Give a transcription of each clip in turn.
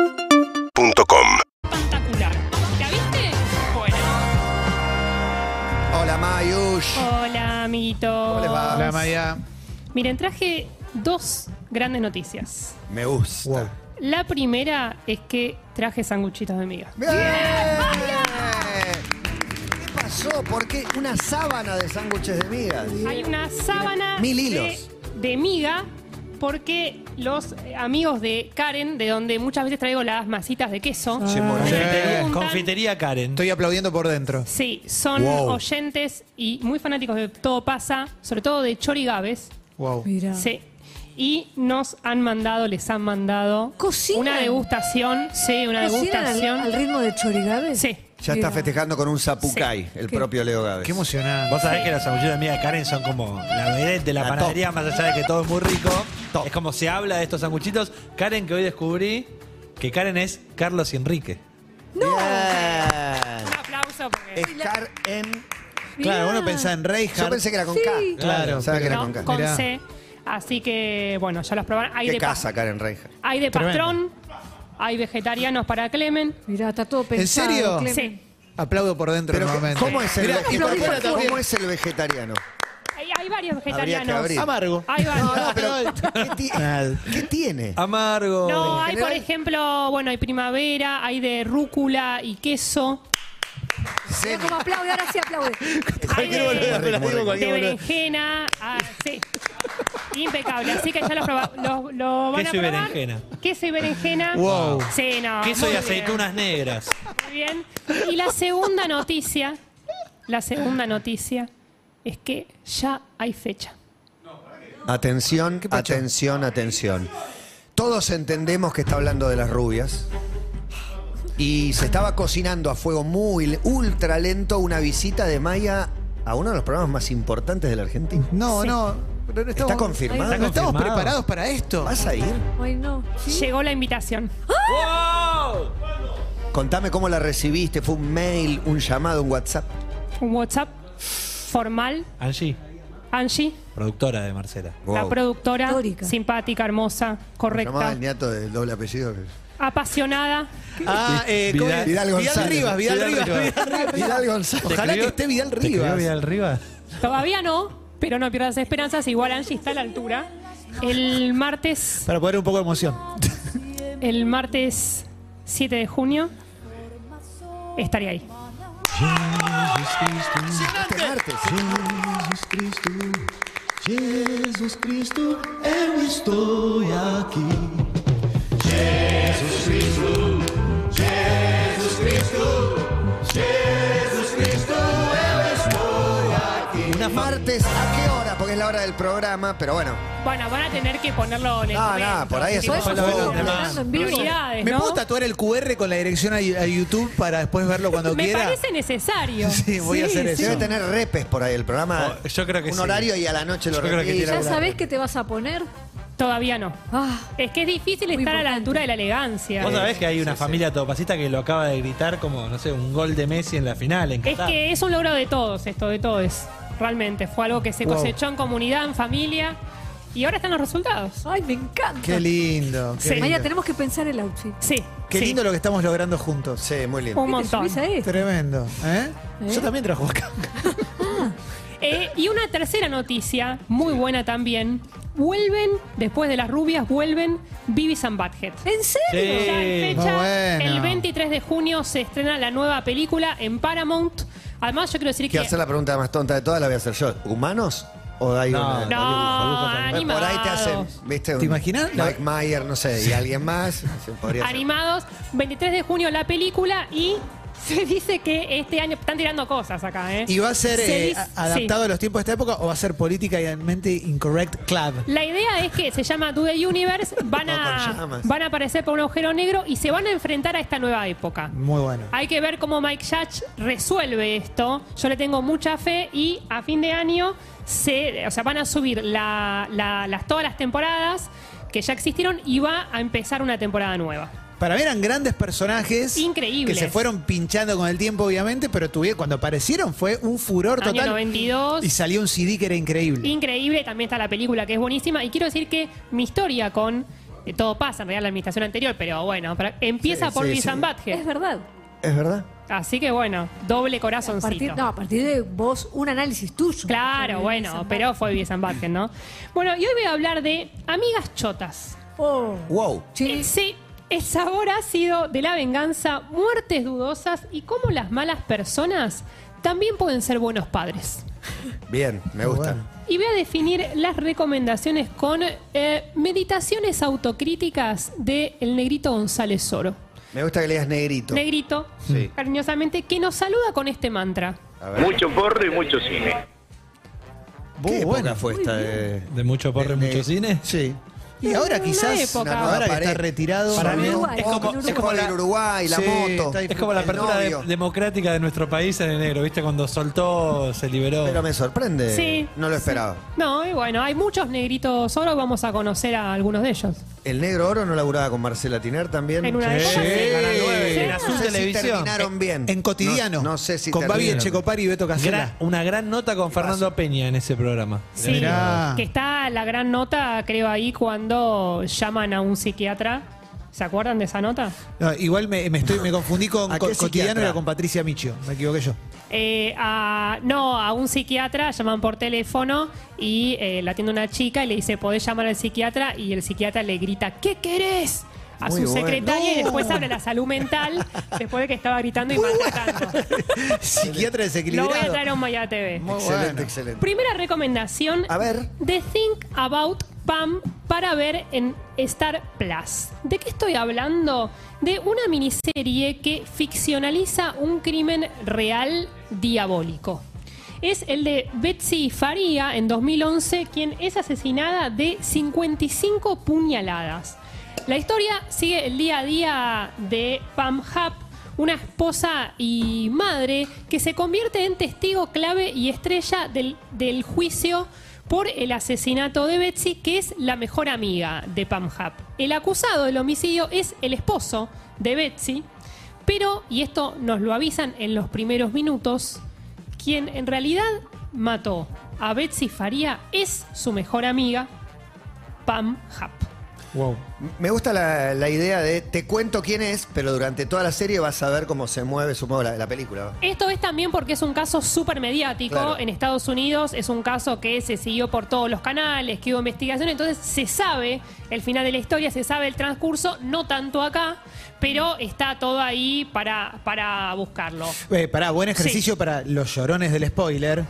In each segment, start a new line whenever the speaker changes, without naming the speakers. UrbanaPlayFM.com
Espectacular. ¿La viste? Bueno.
Hola Mayush.
Hola, amiguitos.
¿Cómo les va?
Hola Maya.
Miren, traje dos grandes noticias.
Me gusta.
La primera es que traje sanguchitos de miga.
¡Bien! ¿Qué pasó? ¿Por qué una sábana de sándwiches de migas?
Hay una sábana
Mil
de,
hilos.
de miga porque los eh, amigos de Karen, de donde muchas veces traigo las masitas de
Ah.
queso,
Se murió.
me
Confitería,
preguntan-
confitería Karen.
Estoy aplaudiendo por dentro.
Sí, son
Wow.
oyentes y muy fanáticos de Todo Pasa, sobre todo de Chori Gaves.
Wow.
Mira.
Sí. Y nos han mandado, les han mandado
¿Cocinan?
una degustación. Sí, una
¿Cocinan al,
degustación.
al ritmo de Chorigabe?
Sí.
Ya está festejando con un zapucay, el
Qué-
propio Leo Gávez.
Qué emocionante.
Vos sabés que las sanguchitas mías de Karen son como la vedette de la,
La
panadería,
top.
más allá de que todo es muy rico. Es como se habla de estos sanguchitos. Karen, que hoy descubrí que Karen es Carlos Enrique.
¡No!
Un aplauso porque.
Escar en...
Claro, uno pensaba en Reinhardt.
Yo pensé que era con K.
Claro,
Pensaba que era
pero-
con
No,
K.
con
Mirá.
C. Así que, bueno, ya los probaron. Hay
¿Qué
de, pa-
casa, Karen Reija?
hay de
Tremendo.
pastrón, hay vegetarianos para Clemen.
Mira, está todo pensado.
serio?
Clemen.
Sí.
Aplaudo por dentro
Pero,
nuevamente.
¿cómo es el,
Mirá,
vegetariano?
y por fuera
¿Cómo
también.
es el vegetariano?
Hay, hay varios
Habría que
vegetarianos.
abrir.
Amargo.
Hay varios.
No, no, pero ¿qué, ti- qué tiene?
Ah.
Amargo.
No, hay por
general-
ejemplo, bueno, hay primavera, hay de rúcula y queso,
Zen.
Mira cómo aplaude, ahora sí aplaude.
hay de,
boludo, pero digo
de berenjena, ah, sí. Impecable, así que ya los proba- lo, lo van a
Queso y
probar.
berenjena.
Queso y berenjena.
Wow.
Sí, no.
Queso
muy
y
bien,
aceitunas negras.
Muy bien. Y la segunda noticia, la segunda noticia es que ya hay fecha.
Atención, atención, atención. Todos entendemos que está hablando de las rubias. Y se estaba cocinando a fuego muy le- ultra lento una visita de Maya a uno de los programas más importantes de la Argentina.
No, no. pero no estamos-
¿Está confirmado?
No estamos
confirmado.
preparados para esto.
¿Vas a ir?
Ay, no. ¿Sí?
Llegó la invitación.
¡Wow!
Contame cómo la recibiste. ¿Fue un mail, un llamado, un WhatsApp?
Un WhatsApp formal.
Angie,
Angie,
productora de Marcela.
la productora,
Histórica.
simpática, hermosa,
Llamaba
correcta,
el nieto de doble apellido.
apasionada.
Ah, eh, ¿cómo
Vidal-
es?
Vidal González.
Rivas, Vidal, Rivas, Vidal Rivas.
Vidal González.
¿Te
Ojalá
escribió-
que esté Vidal
te escribió
Rivas.
Vidal Rivas?
Todavía no, pero no pierdas esperanzas. Igual Angie está a la altura. El martes,
Para poner un poco de emoción.
el martes 7 de junio estaré ahí.
Este martes.
Jesus Cristo, Jesus Cristo, eu estou aqui. Jesus Cristo, Jesus Cristo, Jesus Cristo, eu estou aqui.
Una fa-
Martes, ¿a qué hora? Porque es la hora del programa, pero bueno.
Bueno, van a tener que ponerlo en el
No,
momento.
no, por ahí es
Tipo,
¿Podés
Fue
la
hacer
vez
un
de más.
programa en vivo?
prioridades,
¿Me
¿no?
puedo tatuar el QR con la dirección a, a YouTube para después verlo cuando
Me
quiera?
parece necesario.
Sí, voy a hacer eso.
Debe tener repes por ahí el programa.
Oh, yo creo que
Un
sí.
horario y a la noche lo
Yo creo que
repite.
tiene
¿Ya sabés qué te vas a poner?
Todavía no.
Ah,
Es que es difícil
Muy
estar a la
importante.
altura de la elegancia.
Vos sabés que hay una familia topacista que lo acaba de gritar como, no sé, un gol de Messi en la final, en
Es
Qatar.
que es un logro de todos esto, de todos. Realmente, fue algo que se
Wow.
cosechó en comunidad, en familia. Y ahora están los resultados.
ay, me encanta.
Qué lindo. Qué,
Sí.
lindo.
Maya, tenemos que pensar el outfit.
Sí.
Qué
sí.
lindo lo que estamos logrando juntos.
Sí, muy lindo.
Un
¿Te
montón.
subís a esto?
Tremendo. ¿eh? Yo también trabajo acá.
Eh, y una tercera noticia, muy buena también. Vuelven, después de las rubias, vuelven Beavis and Butthead.
¿En serio?
Sí.
Ya en fecha,
Muy bueno.
el 23 de junio se estrena la nueva película en Paramount. Además, yo quiero decir que...
Quiero hacer la pregunta más tonta de todas, la voy a hacer yo. ¿Humanos? ¿O hay
No,
una-
No, animados.
Por ahí te hacen, ¿viste?
¿Te
un
imaginas?
Mike Mayer, no sé, y alguien más. Se podría hacer.
Animados, 23 de junio la película y se dice que este año... Están tirando cosas acá, ¿eh?
¿Y va a ser
Se
eh,
dice-
a- adaptado
sí.
a los tiempos de esta época o va a ser políticamente incorrect club?
La idea es que se llama Do the Universe, van
No, con
a,
llamas.
van a aparecer por un agujero negro y se van a enfrentar a esta nueva época.
Muy bueno.
Hay que ver cómo Mike Judge resuelve esto. Yo le tengo mucha fe y a fin de año se, o sea, van a subir la- la- las, todas las temporadas que ya existieron y va a empezar una temporada nueva.
Para mí eran grandes personajes.
Increíbles.
Que se fueron pinchando con el tiempo, obviamente, pero tuve, cuando aparecieron fue un furor
Año
total.
92.
Y salió un CD que era increíble.
Increíble, también está la película que es buenísima. Y quiero decir que mi historia con eh, todo pasa, en realidad, la administración anterior, pero bueno, pero empieza
Sí,
por
sí,
Luis
sí.
and Butthead.
Es verdad.
¿Es verdad?
Así que bueno, doble
A
corazoncito.
partir, no, a partir de vos, un análisis tuyo.
Claro,
Sobre
bueno,
Sandbag.
pero fue Vies and Butthead, ¿no? Bueno, y hoy voy a hablar de amigas chotas.
Oh,
Wow.
sí.
Sí, el sabor ácido de la venganza, muertes dudosas y cómo las malas personas también pueden ser buenos padres.
Bien, me gusta.
Bueno.
Y voy a definir las recomendaciones con eh, meditaciones autocríticas de el negrito González Oro.
Me gusta que leas negrito.
Negrito,
Sí.
cariñosamente, que nos saluda con este mantra.
A ver.
Mucho porro y mucho cine.
¿Qué
Uh,
época
bueno.
fue esta eh. de,
De mucho porro y
de-
mucho cine.
Sí.
Y ahora
Una
quizás,
época.
ahora que
Pared.
está retirado,
Para mí
¿no?
es como, es como
la...
la,
Uruguay, la
Sí,
moto.
está
es como la
el
apertura de-
novio.
democrática de nuestro país en enero, ¿viste? Cuando soltó, se liberó.
Pero me sorprende.
Sí.
No lo esperaba.
No, y bueno, hay muchos negritos oro, vamos a conocer a algunos de ellos.
El negro oro no laburaba con Marcela Tiner también.
En una
Sí.
de ellas.
Sí. Canal nueve,
Sí.
en Azul
No sé si
Televisión.
terminaron bien.
En cotidiano.
No, no sé si
Con Babi
terminaron.
Echecopar y Beto
Gran-
Casela.
una gran nota con Fernando Peña en ese programa.
Sí,
Mirá.
que está la gran nota, creo, ahí cuando llaman a un psiquiatra. ¿Se acuerdan de esa nota?
No, igual me, me estoy, me confundí con
¿A
co-
qué
cotidiano
psiquiatra?
era con Patricia Michio. Me equivoqué yo.
Eh, a- no, a un psiquiatra llaman por teléfono y eh, la atiende una chica y le dice, ¿podés llamar al psiquiatra? Y el psiquiatra le grita, ¿qué querés? A
Muy
su
bueno.
secretaria y después habla la salud mental después de que estaba gritando y maltratando.
Psiquiatra
Lo voy a
desequilibrado.
traer a un Maya TV.
Muy
Excelente,
bueno.
excelente.
Primera recomendación.
A ver.
The Think About Pam para ver en Star Plus. ¿De qué estoy hablando? De una miniserie que ficcionaliza un crimen real diabólico. Es el de Betsy Faria en 2011, quien es asesinada de 55 puñaladas. La historia sigue el día a día de Pam Hub, una esposa y madre que se convierte en testigo clave y estrella del, del juicio por el asesinato de Betsy, que es la mejor amiga de Pam Hub. El acusado del homicidio es el esposo de Betsy, pero, y esto nos lo avisan en los primeros minutos, quien en realidad mató a Betsy Faría es su mejor amiga, Pam Hub.
Wow.
Me gusta la, la idea de te cuento quién es, pero durante toda la serie vas a ver cómo se mueve su modo la, la película.
Esto es también porque es un caso súper mediático
Claro.
en Estados Unidos, es un caso que se siguió por todos los canales, que hubo investigación, entonces se sabe el final de la historia, se sabe el transcurso, no tanto acá, pero está todo ahí para, para buscarlo.
Eh, pará, buen ejercicio para los llorones del spoiler.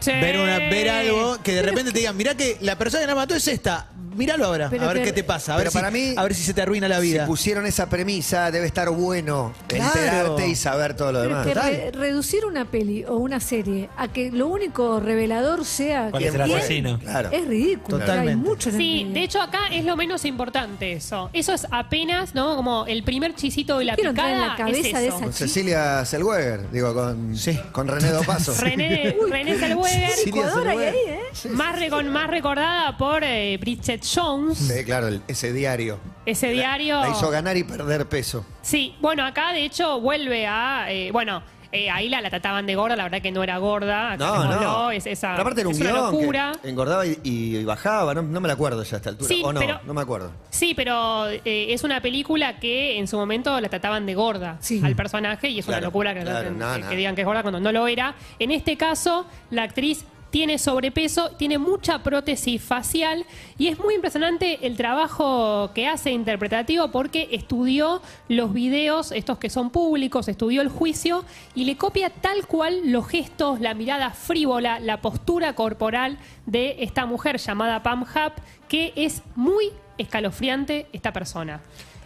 Sí.
Ver, una- ver algo que de repente te digan, mirá que la persona que la mató es esta. Míralo ahora,
Pero
a ver
que-
qué te pasa. A ver,
pero
si,
para mí-
a ver si se te arruina la
Si
vida.
pusieron esa premisa, debe estar bueno
Claro.
enterarte y saber todo lo
Pero
demás.
que re- reducir una peli o una serie a que lo único revelador sea
¿Cuál
que
es el
quién
asesino?
Claro.
es ridículo. Hay
Totalmente.
mucho en el
Sí,
medio.
de hecho acá es lo menos importante eso. Eso es apenas, ¿no? Como el primer chisito de la
Quiero entrar
picada.
en la
es
cabeza de
eso.
esa
Con Cecilia Selweger, digo, con, con René Dopaso.
René,
Uy,
René Zellweger,
qué licuadora hay ahí, ¿eh?
más, recon- más recordada por eh, Bridget Jones.
Sí, claro, el- ese diario.
Ese diario.
La hizo ganar y perder peso.
Sí, bueno, acá de hecho vuelve a. eh, bueno, eh, ahí la, la trataban de gorda, la verdad que no era gorda. acá
No, no.
Es, esa,
Aparte era un
es una
guión que eh,
locura.
engordaba y, y- y bajaba, no, no me la acuerdo ya a esta altura.
Sí,
o no,
pero-
no me acuerdo.
Sí, pero eh, es una película que en su momento la trataban de gorda
Sí.
al personaje y es una
Claro,
locura que,
claro,
que-
no,
que
no.
digan que es gorda cuando no lo era. En este caso, la actriz tiene sobrepeso, tiene mucha prótesis facial y es muy impresionante el trabajo que hace interpretativo porque estudió los videos, estos que son públicos, estudió el juicio y le copia tal cual los gestos, la mirada frívola, la postura corporal de esta mujer llamada Pam Hap, que es muy escalofriante esta persona.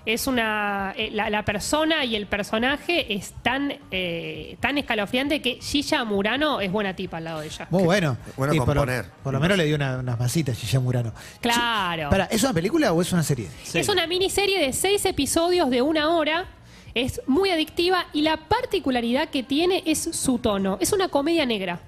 Es una. eh, la, la persona y el personaje es tan, eh, tan escalofriante que Gilla Murano es buena tipa al lado de ella.
Muy bueno.
bueno
Y por lo-
componer.
Por, lo menos le dio una- unas masitas, Gilla Murano.
Claro.
Pará, ¿es una película o es una serie?
Es una miniserie de seis episodios de una hora. Es muy adictiva y la particularidad que tiene es su tono. Es una comedia negra.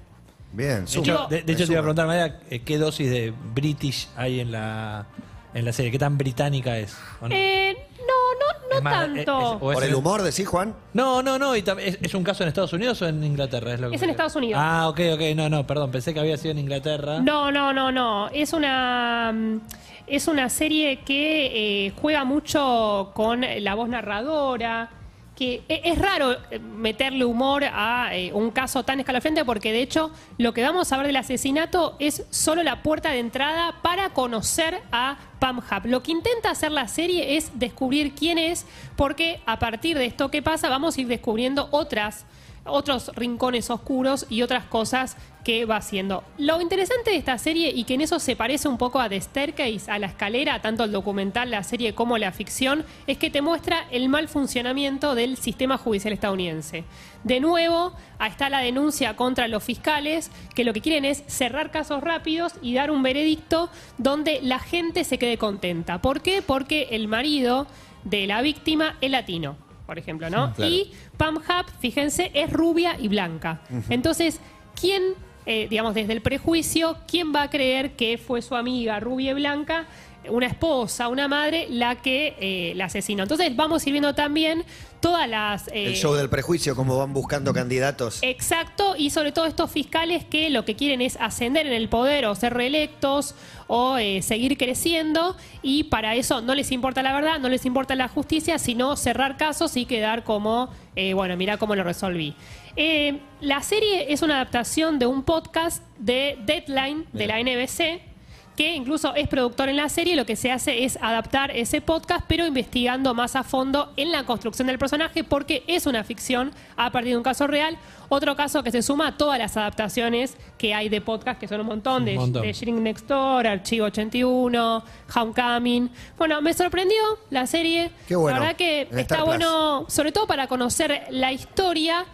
Bien,
De
suma.
hecho, de- de hecho, te
Me
iba a
suma.
preguntar, María, eh, ¿qué dosis de British hay en la, en la serie? ¿Qué tan británica es? ¿O no?
Eh, no, no, no no tanto.
o
¿Por el
en-
humor decís, Juan?
No, no, no. y tam- es, es un caso en Estados Unidos o en Inglaterra? Es, lo que
Es
me
en
queda.
Estados Unidos.
Ah, ok, ok. No, no, perdón. Pensé que había sido en Inglaterra.
No, no, no, no. Es una. mm, Es una serie que eh, juega mucho con la voz narradora. Que e- es raro eh, meterle humor a eh, un caso tan escalofriante porque de hecho lo que vamos a ver del asesinato es solo la puerta de entrada para conocer a Pam Hub. Lo que intenta hacer la serie es descubrir quién es porque a partir de esto que pasa vamos a ir descubriendo otras otros rincones oscuros y otras cosas que va haciendo. Lo interesante de esta serie y que en eso se parece un poco a The Staircase, a la escalera, tanto el documental, la serie como la ficción, es que te muestra el mal funcionamiento del sistema judicial estadounidense. De nuevo, ahí está la denuncia contra los fiscales, que lo que quieren es cerrar casos rápidos y dar un veredicto donde la gente se quede contenta. ¿Por qué? Porque el marido de la víctima es latino por ejemplo, ¿no? Y Pam Hub, fíjense, es rubia y blanca. Entonces, ¿quién, eh, digamos, desde el prejuicio, quién va a creer que fue su amiga rubia y blanca, una esposa, una madre, la que eh, la asesinó? Entonces, vamos a ir viendo también todas las... eh,
El show del prejuicio, como van buscando candidatos.
Exacto, y sobre todo estos fiscales que lo que quieren es ascender en el poder o ser reelectos o eh, seguir creciendo y para eso no les importa la verdad, no les importa la justicia, sino cerrar casos y quedar como, eh, bueno, mira cómo lo resolví. Eh, la serie es una adaptación de un podcast de Deadline de la NBC que incluso es productor en la serie, lo que se hace es adaptar ese podcast, pero investigando más a fondo en la construcción del personaje, porque es una ficción a partir de un caso real. Otro caso que se suma a todas las adaptaciones que hay de podcast, que son un montón, de,
Un montón.
de Shrink Next Door, Archivo 81, Homecoming. Bueno, me sorprendió la serie.
Qué bueno.
La verdad que
En Star
está
Plus.
bueno, sobre todo para conocer la historia.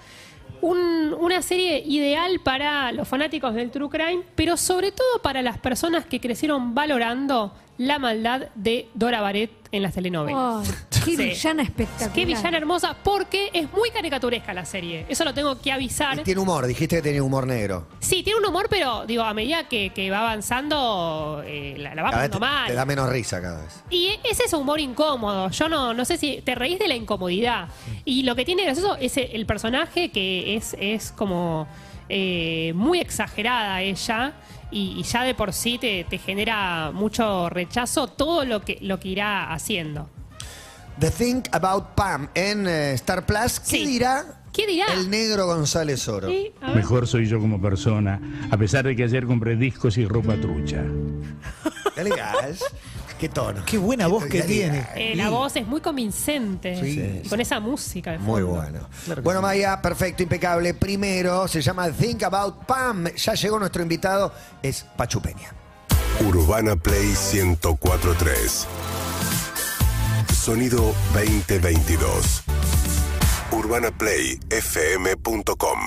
Un- una serie ideal para los fanáticos del True Crime, pero sobre todo para las personas que crecieron valorando la maldad de Dora Baret en las telenovelas.
Ay, qué
Sí.
villana Oh, espectacular.
Qué villana hermosa, porque es muy caricaturesca la serie. Eso lo tengo que avisar.
Y tiene humor, dijiste que tenía humor negro.
Sí, tiene un humor, pero digo, a medida que, que va avanzando, eh, la, la va
Cada vez
pasando
te,
mal.
te da menos risa cada vez.
Y es ese humor incómodo. Yo no, no sé si te reís de la incomodidad. Y lo que tiene gracioso es el personaje que es, es como eh, muy exagerada ella. Y, y ya de por sí te, te genera mucho rechazo todo lo que, lo que irá haciendo.
The Think About Pam en eh, Star Plus. ¿Qué
Sí.
dirá?
¿Qué dirá?
El negro González Oro.
Sí, a ver.
Mejor soy yo como persona, a pesar de que ayer compré discos y ropa trucha.
¿Qué le das? ¿Qué tono?
Qué buena voz que
¿Qué le
tiene.
das?
Eh, la voz es muy convincente.
Sí.
Y Con esa música. de
Muy
fondo.
bueno. Bueno, Maya, perfecto, impecable. Primero se llama Think About Pam. Ya llegó nuestro invitado, es Pachu Peña.
Urbana Play 1043. Sonido 2022. UrbanaPlayFM.com.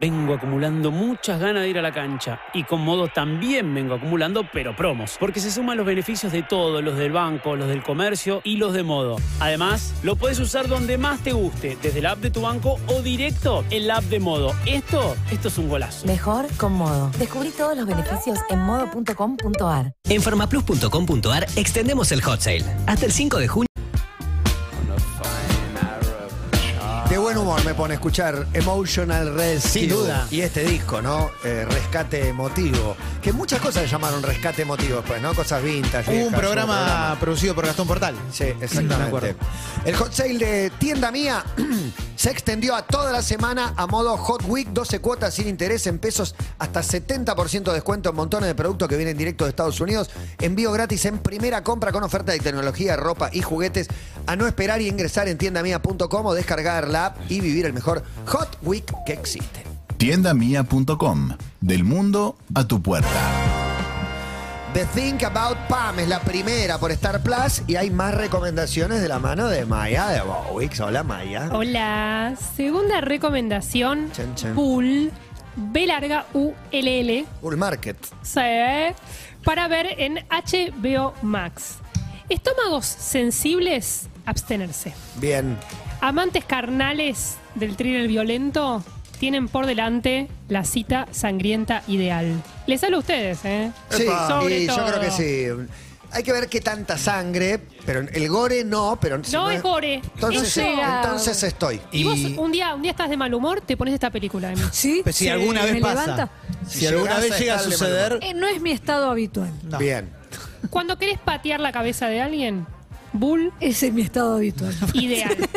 Vengo acumulando muchas ganas de ir a la cancha y con modo también vengo acumulando, pero promos, porque se suman los beneficios de todos, los del banco, los del comercio y los de modo. Además, lo puedes usar donde más te guste, desde la app de tu banco o directo en la app de modo. Esto, esto es un golazo.
Mejor con Modo. Descubrí todos los beneficios en modo.com.ar.
En farmaplus.com.ar extendemos el hot sale hasta el 5 de junio.
De buen humor me pone a escuchar Emotional Rescue.
Sin duda.
Y este disco, ¿no? Eh, rescate emotivo. Que muchas cosas llamaron rescate emotivo después, ¿no? Cosas vintage.
Hubo un
viejas,
programa,
hubo programa.
producido por Gastón Portal.
Sí,
Me acuerdo.
exactamente. El hot sale de tienda mía se extendió a toda la semana a modo Hot Week, 12 cuotas sin interés en pesos, hasta 70% de descuento en montones de productos que vienen directo de Estados Unidos. Envío gratis en primera compra con oferta de tecnología, ropa y juguetes. A no esperar y ingresar en tiendamía.com o descargar la app y vivir el mejor Hot Week que existe.
Tiendamia.com. Del mundo a tu puerta.
The Think About Pam es la primera por Star Plus y hay más recomendaciones de la mano de Maya de Bowix. Hola Maya.
Hola, segunda recomendación,
Chan, chan.
Pool, B larga ULL,
Bull Market.
Sí. para ver en HBO Max. Estómagos sensibles, abstenerse.
Bien.
Amantes carnales del thriller violento tienen por delante la cita sangrienta ideal. Les sale a ustedes, ¿eh?
Sí,
Sobre
y yo
todo.
creo que sí. hay que ver qué tanta sangre, pero el gore no, pero si
No es gore,
Entonces,
es gore.
entonces estoy.
Y, vos un día, un día estás de mal humor, te pones esta película. Emi.
Sí,
Pues si alguna vez
me
pasa.
levanta.
Si,
Si
alguna
llegás
vez
a
llega a
estar de mal
suceder.
Eh, no es mi estado habitual.
No.
Bien.
Cuando querés patear la cabeza de alguien, Bull,
Ese es mi estado habitual.
ideal.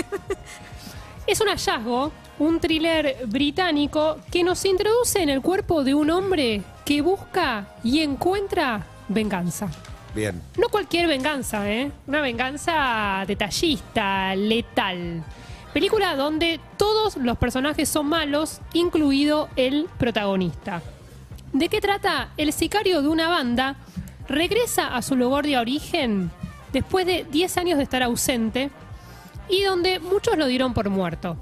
es un hallazgo, un thriller británico que nos introduce en el cuerpo de un hombre que busca y encuentra venganza.
Bien.
No cualquier venganza, ¿eh? Una venganza detallista, letal. Película donde todos los personajes son malos, incluido el protagonista. ¿De qué trata? El sicario de una banda regresa a su lugar de origen después de 10 años de estar ausente y donde muchos lo dieron por muerto.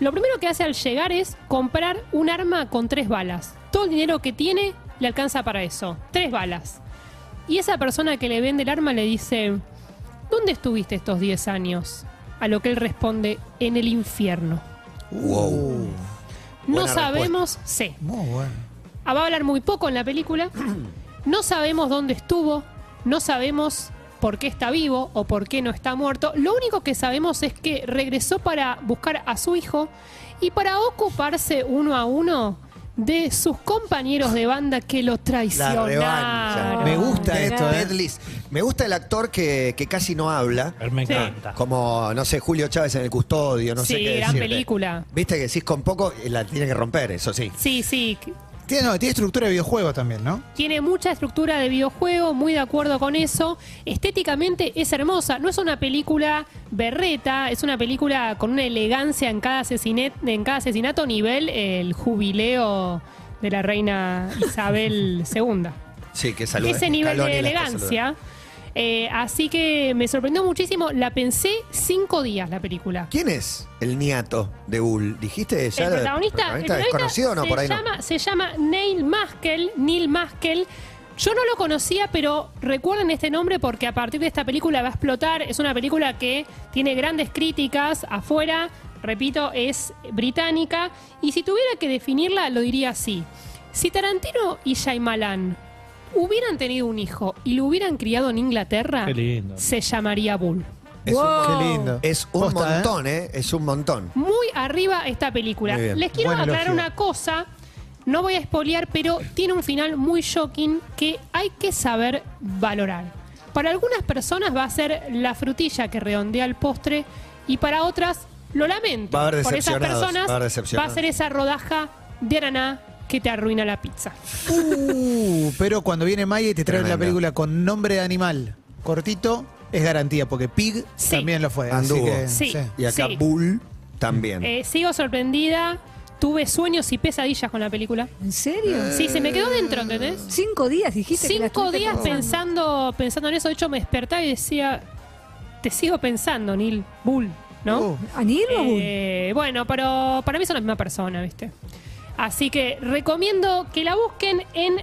Lo primero que hace al llegar es comprar un arma con tres balas. Todo el dinero que tiene le alcanza para eso. Tres balas. Y esa persona que le vende el arma le dice, ¿dónde estuviste estos 10 años? A lo que él responde, en el infierno.
Wow.
No
Buena
sabemos, sí.
Muy bueno.
Ah, Va a hablar muy poco en la película. No sabemos dónde estuvo, no sabemos por qué está vivo o por qué no está muerto. Lo único que sabemos es que regresó para buscar a su hijo y para ocuparse uno a uno de sus compañeros de banda que lo traicionaron.
revancha.
Me gusta
Dead-
esto, ¿eh?
Dead List. Me gusta el actor que, que casi no habla.
Me
Sí.
encanta.
Como, no sé, Julio Chávez en El Custodio, no sé
Sí,
qué
gran
decirte.
película.
Viste que decís con poco, eh, la tiene que romper, eso sí.
Sí, sí.
Tiene, no, tiene estructura de videojuego también, ¿no?
Tiene mucha estructura de videojuego, muy de acuerdo con eso. Estéticamente es hermosa. No es una película berreta, es una película con una elegancia en cada, asesine- en cada asesinato, nivel el jubileo de la reina Isabel II.
Sí, que saluda.
Ese nivel
Scaloni
de
la está saludando.
elegancia. Eh, así que me sorprendió muchísimo. La pensé cinco días la película.
¿Quién es el niato de Bull? ¿Dijiste ya?
El
la-
protagonista, el
¿Es
protagonista
conocido o no?
se,
Por ahí no.
llama, se llama Neil Maskell, Neil Maskell. Yo no lo conocía, pero recuerden este nombre porque a partir de esta película va a explotar. Es una película que tiene grandes críticas afuera. Repito, es británica. Y si tuviera que definirla, lo diría así. Si Tarantino y Shyamalan hubieran tenido un hijo y lo hubieran criado en Inglaterra,
Qué lindo.
se llamaría Bull.
Es un-
Qué lindo.
Es un
Posta, ¿eh?
montón, ¿eh? Es un montón.
Muy arriba esta película.
Muy bien.
Les quiero
Buen
aclarar
elogio.
una cosa. No voy a espolear, pero tiene un final muy shocking que hay que saber valorar. Para algunas personas va a ser la frutilla que redondea el postre y para otras lo lamento.
Va a haber
Por esas
decepcionados,
personas
va a haber
va a
decepcionados.
ser esa rodaja de araná que te arruina la pizza.
Uh, pero cuando viene Maya y te trae la
Tremendo.
película con nombre de animal cortito, es garantía, porque Pig
Sí.
también lo fue.
Anduvo.
Así que,
Sí.
Y acá
Sí.
Bull también.
Eh, sigo sorprendida. Tuve sueños y pesadillas con la película.
¿En serio?
Eh.
Sí, se me quedó dentro, ¿entendés?
Cinco días dijiste. que la
Cinco
estuviste
días
probando.
pensando, pensando en eso. De hecho, me despertaba y decía, te sigo pensando, Neil Bull, ¿no?
Uh,
¿Anil o Oh, Bull?
Eh, bueno, pero para mí son la misma persona, ¿viste? Así que recomiendo que la busquen en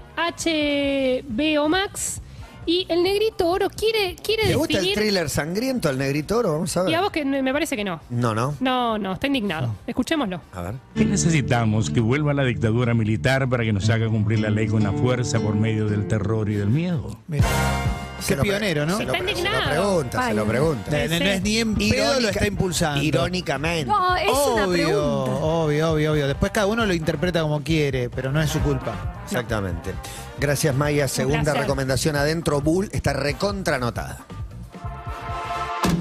HBO Max. Y el negrito oro quiere, quiere
¿Le gusta el
definir...
thriller sangriento al negrito oro? Vamos a
y a
ver.
vos que me parece que no.
No, no.
No, no, está indignado. Escuchémoslo.
A ver.
¿Qué necesitamos? Que vuelva la dictadura militar para que nos haga cumplir la ley con la fuerza por medio del terror y del miedo.
mira.
Se
Qué
lo pre-
pionero, ¿no?
Se
Está
lo, pre- se lo
indignado.
pregunta, se lo
Ay.
pregunta.
De- de- no es ni en pedo lo
Irónica-
está impulsando.
Irónicamente.
No, es una pregunta.
obvio, obvio, obvio. Después cada uno lo interpreta como quiere, pero no es su culpa.
Exactamente. Gracias, Maya. Segunda
placer.
recomendación adentro. Bull está recontra anotada.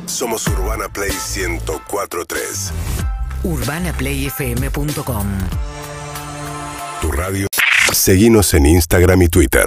Somos Urbana Play 1043.
UrbanaPlayFM.com
Tu radio. Seguinos en Instagram y Twitter.